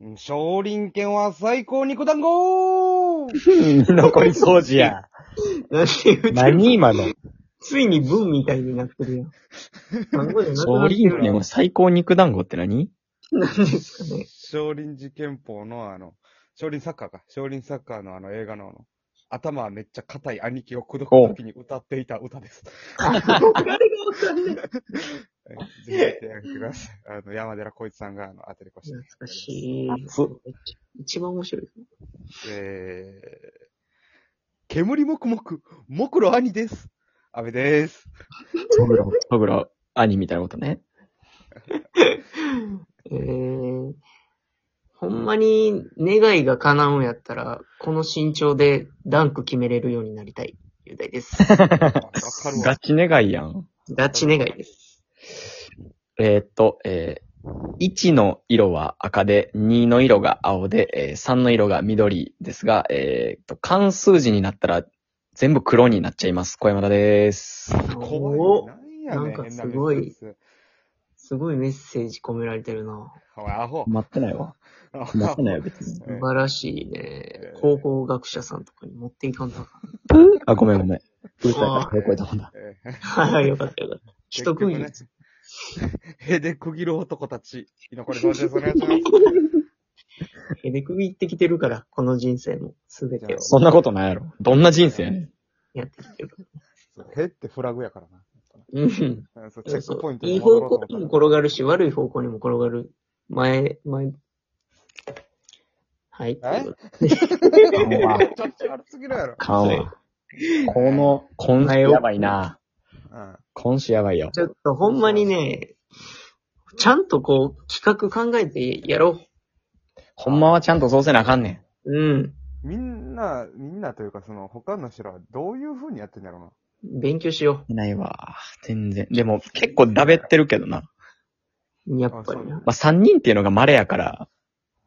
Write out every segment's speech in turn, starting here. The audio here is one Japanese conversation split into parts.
うん少林拳は最高肉団子 残り掃除や。なんで言うてる何今の。ついに文みたいになってるやん。単語じゃなくな少って林る拳を最高肉団子って何なんですかね。少林寺拳法のあの、少林サッカーか。少林サッカーのあの映画のあの、頭はめっちゃ硬い兄貴を口説くときに歌っていた歌です。誰がわかんない。 はいぜひ見てみてください。あの、山寺宏一さんがあの当てれこして。懐かしい。熱っ一番面白い。えー、煙もくもく、もくろ兄です。阿部 です。トグロ、トグロ、兄みたいなことね。えー、ほんまに願いが叶うんやったら、この身長でダンク決めれるようになりたい、雄大です。わかるわガ。チ願いやん。ガチ願いです。えーっと、えー、1の色は赤で、2の色が青で、えー3の色が緑ですが、えーっと、関数字になったら全部黒になっちゃいます。小山田です。怖い。なんやねなんかすごい変なメッセージすごいメッセージ込められてるな。おい、アホ。待ってないわ。アホ 待ってないよ、別に。素晴らしいねえ。ー広報学者さんとかに持っていかんとあかん。あ、ごめんごめん。うるさいから声超えたもんだ。えーはい、 よかったよかった。結一区局切りね。へで区切る男たち。居残りそうです。お願いします。えで区切ってきてるから、この人生もすべてをそんなことないやろ。どんな人生やねん。やってきてるから。へってフラグやからうん。な。そうチェそッうクそポイうン。トいいに戻方ろうと向に思もったら転がるし、悪い方向にも転がる。前、前。はい。え 転ちょっと悪すぎるやろ。かんわ。この、今週やばいな。うん。今週やばいよ。ちょっとほんまにね、ちゃんとこう、企画考えてやろほんまはちゃんとそうせなあかんねん。う。うん。みんな、みんなというか、その、他の人らはどういう風にやってんだろうな。勉強しよいないわ。全然。でも、結構だべってるけどな。う。やっぱりあな。まあ、3人っていうのが稀やから、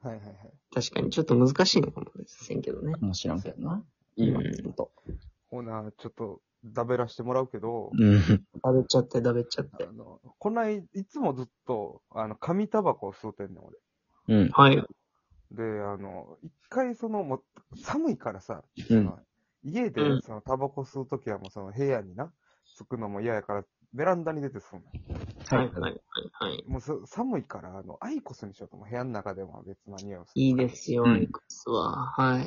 はいはいはい。確かにちょっと難しいのかもしれんけどね。もしらんけどな。いいわ、うんずっと。ほな、ちょっと、だべらしてもらうけど、うん。だべっちゃって、だべっちゃってあ。の、こない、いつもずっと、あの、紙タバコを吸うてんねん、俺。うん。はい。で、あの、一回その、もう、寒いからさ、うん。家でうん、その、タバコ吸うときはもう、その、部屋にな、つくのも嫌やから、ベランダに出て吸うの。はい、はい、はい、はい。もうそ、寒いから、あの、アイコスにしようと思う。部屋の中でも別な匂いをする。いいですよ、うんいくつは。は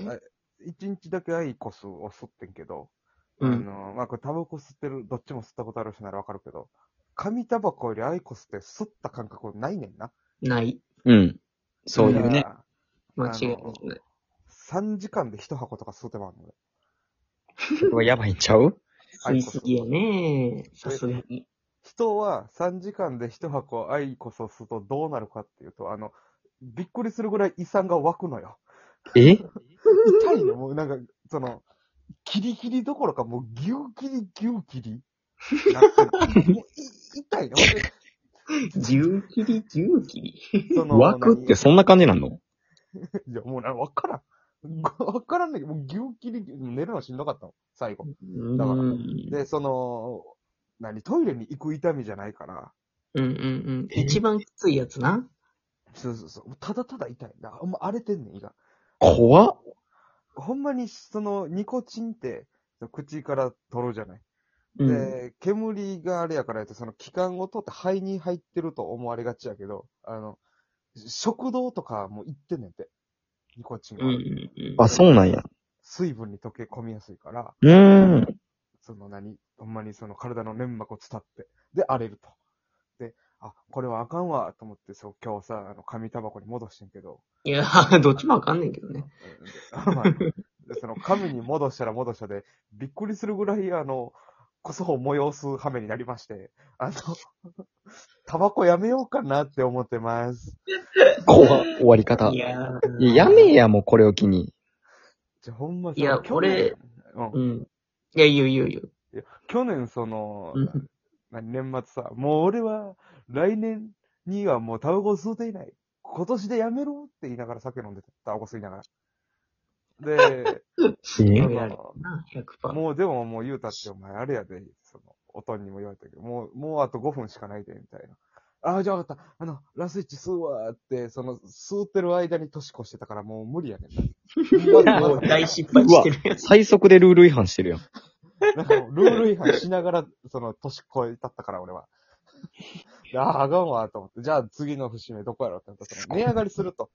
い。一日だけアイコスを吸ってんけど、うあん。の、まあ、これタバコ吸ってる、どっちも吸ったことある人ならわかるけど、紙タバコよりアイコスって吸った感覚ないねんな。ない。うん。そういうだねか。ら。間違いない。 3時間で1箱とか吸うてまうので。これはやばいんちゃうあ吸いすぎやね。さすがに。人は3時間で1箱アイコスを吸うとどうなるかっていうと、あの、びっくりするぐらい胃酸が湧くの よ。え痛いよ、もうなんか、その、キリキリどころか、もうギューキリギューキリ。なって るもうい痛いの。ほんで十切り、十切り。その枠ってそんな感じなのいや、もうな、わからん。わからんねんけど、もうぎゅうきり、寝るのしんどかったの、最後。うん。だからうんで、その、何、トイレに行く痛みじゃないから、うんうん。一番きついやつな。そうそうそう、ただただ痛い。なほんま荒れてんねん、胃が。怖っ。ほんまに、その、ニコチンって、口から取るじゃない。うん。で、煙があれやからやと、その気管を通って肺に入ってると思われがちやけど、あの、食道とかも行ってんねんて。ニコチンが。うんうんうん。あ、そうなんや。水分に溶け込みやすいから、うーん。その何、ほんまにその体の粘膜を伝って、で、荒れると。で、あ、これはあかんわ、と思って、そう、今日さ、あの、紙タバコに戻してんけど、いや、 どっちもわかんねんけどね。うんまあでその紙に戻したら戻したで、びっくりするぐらい、あの、こそを催す羽目になりまして、あの、 タバコやめようかなって思ってます。怖っ。終わり方。いいやーややめえや、もうこれを機に。じゃ、ほんまいそやの去年うんうん。いや、いいよいいよいいよ。去年、その、うんな年末さ、もう俺は来年にはもうタバコを吸うていない。今年でやめろって言いながら酒飲んでた。タバコ吸いながら。 で、えそやるのな、100%。もうでももう言うたってお前あれやで、その、おとんにも言われたけど、もう、もうあと5分しかないで、みたいな。ああ、じゃあ分かった。あの、ラスイッチ吸うわーって、その、吸ってる間に年越してたからもう無理やねんな。もう大失敗してるやつ。最速でルール違反してるやん。なんかもうルール違反しながら、その、年越えたったから、俺は。 ああ、あかんわ、と思って。じゃあ次の節目どこやろうってなったら、その値上がりすると。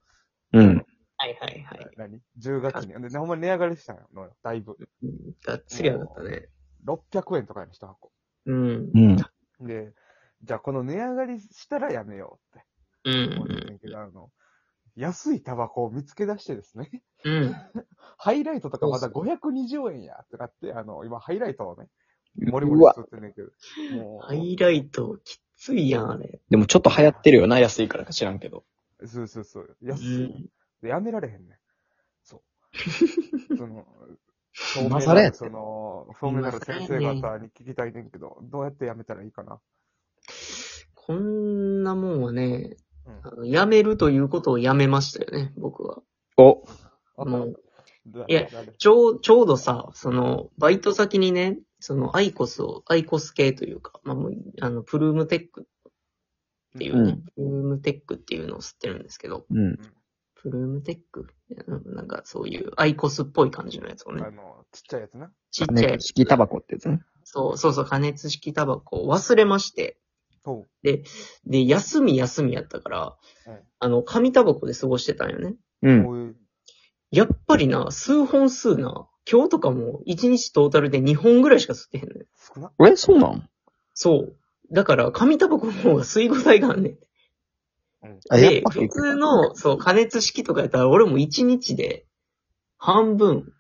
うん。 はいはいはい。何 ?10 月に。で、ほんま値上がりしたのよ、だいぶ。うんがっつり上がったね。 600円とかやね、一箱。うん。うん。で、じゃあこの値上がりしたらやめようってう思ってん。んけど、あの、安いタバコを見つけ出してですね。 うん。ハイライトとかまだそう520円やってなって、あの、今ハイライトをね、もりもうりわ。吸ってんねんけど。もうハイライト、きついやん、あれ。でもちょっと流行ってるよな、安いからか知らんけど。そうそうそう。う安い。ん。でやめられへんねん。 そう。その、そう今更やってその、フォーメダル先生方に聞きたいねんけど、どうやってやめたらいいかな。こんなもんはね、うんあのやめるということをやめましたよね、僕は。お、あもう、だいやだねちょう、ちょうどさ、その、バイト先にね、その、アイコスを、アイコス系というか、まあ、もうあの、プルームテックっていうね、プルームテックっていうのを吸ってるんですけど、うん。プルームテックうんなんかそういう、アイコスっぽい感じのやつをあね、の、ちっちゃいやつな。ちっちゃいねや、つ、敷きタバコってやつね。そう、そうそう、加熱式タバコを忘れまして、そう。で、休み休みやったから、うんあの、紙タバコで過ごしてたんよね。うんこ。ういう、やっぱりな、数本数な、今日とかも1日トータルで2本ぐらいしか吸ってへんねん。少な。え、そうなんそう。だから、紙タバコの方が水合代があんねん。あ、やっで、ぱ普通の、そう、加熱式とかやったら、俺も1日で半分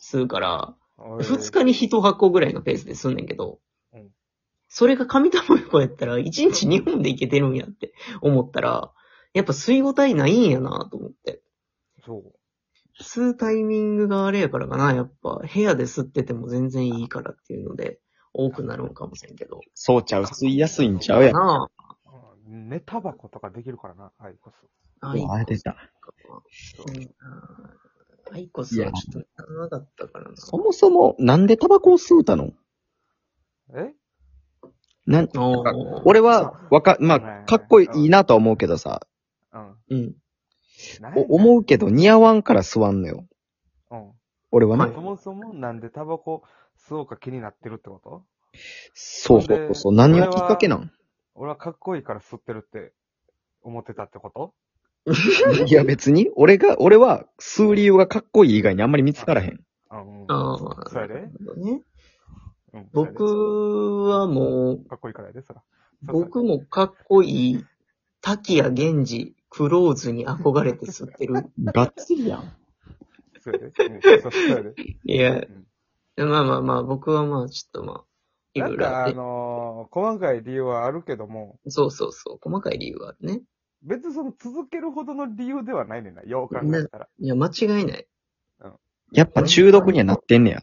吸うから、おい2日に1箱ぐらいのペースで吸うねんけどうん、それが紙タバコやったら、1日2本でいけてるんやって思ったら、やっぱ水合代ないんやなと思って。そう。吸うタイミングがあれやからかな、やっぱ、部屋で吸ってても全然いいからっていうので、多くなるんかもしれんけど。そうちゃう。吸いやすいんちゃうやん。なうん寝タバコとかできるからな、アイコス。あ、あアイコれ出た。スアイコスはちょっとなかったからな。そもそも、なんでタバコを吸うたのえなん、おなーんか俺は、わか、まあ、かっこいいなとは思うけどさ、うん。うん。なんやお思うけど、似合わんから吸わんのよ。うん。俺ははねい。そもそもなんでタバコ吸おうか気になってるってことそうそうそうそう。何がきっかけなん俺はかっこいいから吸ってるって思ってたってこと いや別に、俺が、俺は吸う理由がかっこいい以外にあんまり見つからへん。うん。あそれあ、でなるほどね。うん僕はもう、かっこいいからやで、そら。僕もかっこいい、滝谷源氏、クローズに憧れて吸ってる。がっつりやん。そうやで。うんそうそうやで。いや、うんまあまあまあ、僕はまあ、ちょっとまあ、 いなろいんろあか、っあて。のー細かい理由はあるけども、そうそうそう、細かい理由はあるね。別にその続けるほどの理由ではないねんな、よう考えたら。いや、間違いない。やっぱ中毒にはなってんねや。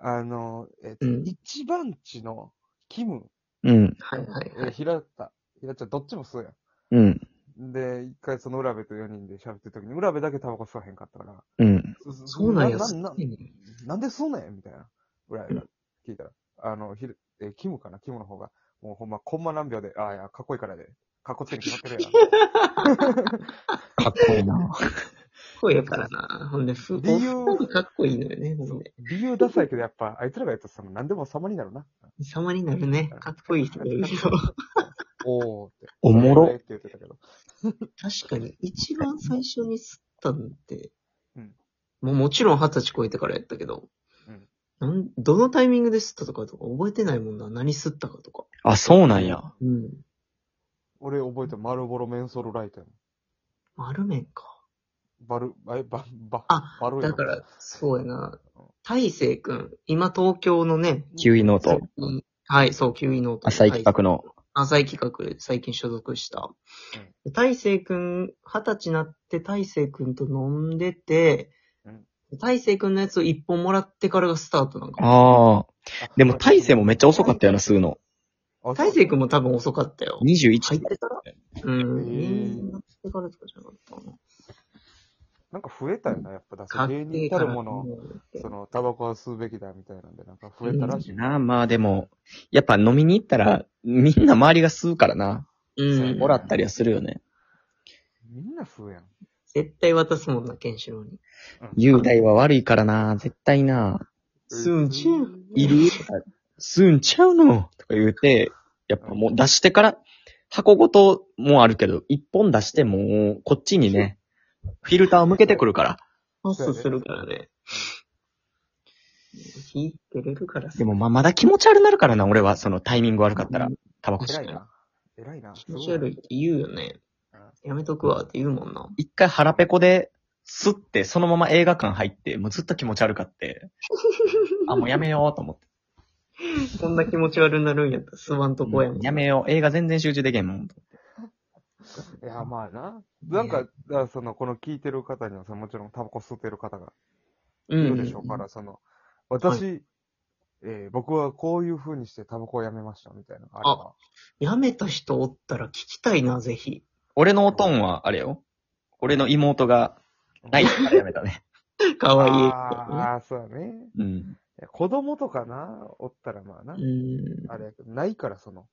あのーえっと、うん一番地のキム、うん、はいはいえはーい。平田、平田ちゃん、どっちも吸うやん。うん、で、一回その浦部と4人で喋ってる時に、浦部だけタバコ吸わへんかったから、うん。そそそうなんや、なすなごいねなんで吸うねんみたいな。浦部が聞いたら、あの、ひるえーキムかなキムの方が、もうほんま、コンマ何秒で、ああ、いや、かっこいいからで、かっこつけに決まってるやん。 かっこいいな。声やからな。ほんで、ふ、お理由二人かっこいいのよね、ほんで。理由ダサいけど、やっぱ、あいつらがやったらさ、何でも様になるな。様になるね。かっこいい人がいるよ。 おーって。おもえーろっ。て言ってたけど。確かに、一番最初に吸ったのって、うんもうもちろん二十歳超えてからやったけど、うんなん、どのタイミングで吸ったとかとか覚えてないもんな。何吸ったかとか。あ、そうなんや。うん。俺覚えてる、マルボロメンソールライトやもん。丸麺か。バル、え、バ、バ、あバルやだもんから、そうやな。大成くん、今東京のね、キウイノート。うんはい、そう、キウイノート。浅い企画の。浅井企画、最近所属した。大成くん、二十歳になって大成くんと飲んでて、大成くんのやつを一本もらってからがスタートなんかも。ああ。あでも大勢もめっちゃ遅かったよな、吸うの。あ大成くんも多分遅かったよ。入21っ。てからうん。へ芸え人になってからとかじゃなかったかなんか増えたよな、やっぱ。だな。から芸人たるもの、かっけえそからの、タバコは吸うべきだみたいなんで、なんか増えたらしい。なあ、まあでも、やっぱ飲みに行ったら、みんな周りが吸うからな。うん。もらったりはするよね。みんな風やん。絶対渡すもんな、ケンシロウに。雄大は悪いからな、絶対な。すんちゅう。いるとか、すんちゃうのとか言うて、やっぱもう出してから、箱ごともあるけど、一本出してもう、こっちにね、フィルターを向けてくるから。パスするからね。火照れるからさ。でもまあ、まだ気持ち悪なるからな、俺は、そのタイミング悪かったら、タバコ吸偉っいたら。な。偉いな。気持ち悪いって言うよね。やめとくわって言うもんな。一回腹ペコで、吸って、そのまま映画館入って、もうずっと気持ち悪 かって、あ、もうやめようと思って。こんな気持ち悪になるんやったら吸わんとこやもん。やめよう。映画全然集中できへんもん。いや、まあな。なんか、だからその、この聞いてる方にはさ、もちろんタバコ吸ってる方がういん。るでしょうから、その、私、えー僕はこういう風にしてタバコをやめましたみたいなのがあれば。やめた人おったら聞きたいな、ぜひ。俺のおとんは、あれよ。俺の妹が、ないからやめたね。かわいいああ、そうだね。うん。いや子供とかな、おったらまあな。人ね。あれやけど、ないから、その、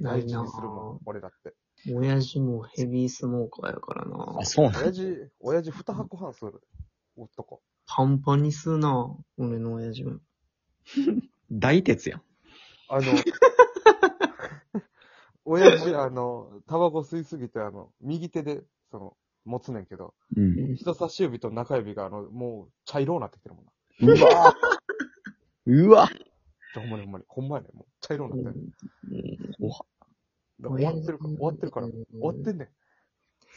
な大い事なにするもん、俺だって。うん。親父もヘビースモーカーやからなあ、。そうなん親父、親父二箱半する。男。パンパンに吸うな、俺の親父も。大鉄やん。あの、 親父、あの、タバコ吸いすぎて、あの、右手で、その、持つねんけど、う。うんん人差し指と中指が、あの、もう、茶色になってきてるもんな。うわうわちょほんまにほんまに。ほんまやねもう、茶色になってる。終だから終わってるから、終わってるから、終わってんねん。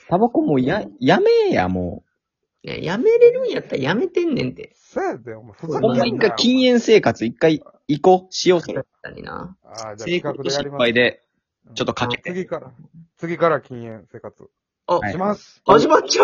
タバコもうや、やめえや、もいや、やめれるんやったらやめてんねんて。せやで、お前、ふう。ざほんまけ一んな回よ。禁煙生活、一回行こう、しよう、それ。だにな。お前ああ、じゃあ企成画功とでやり失ます敗。で、ちょっとかけて。次から、次から禁煙生活あ、します。始まっちゃう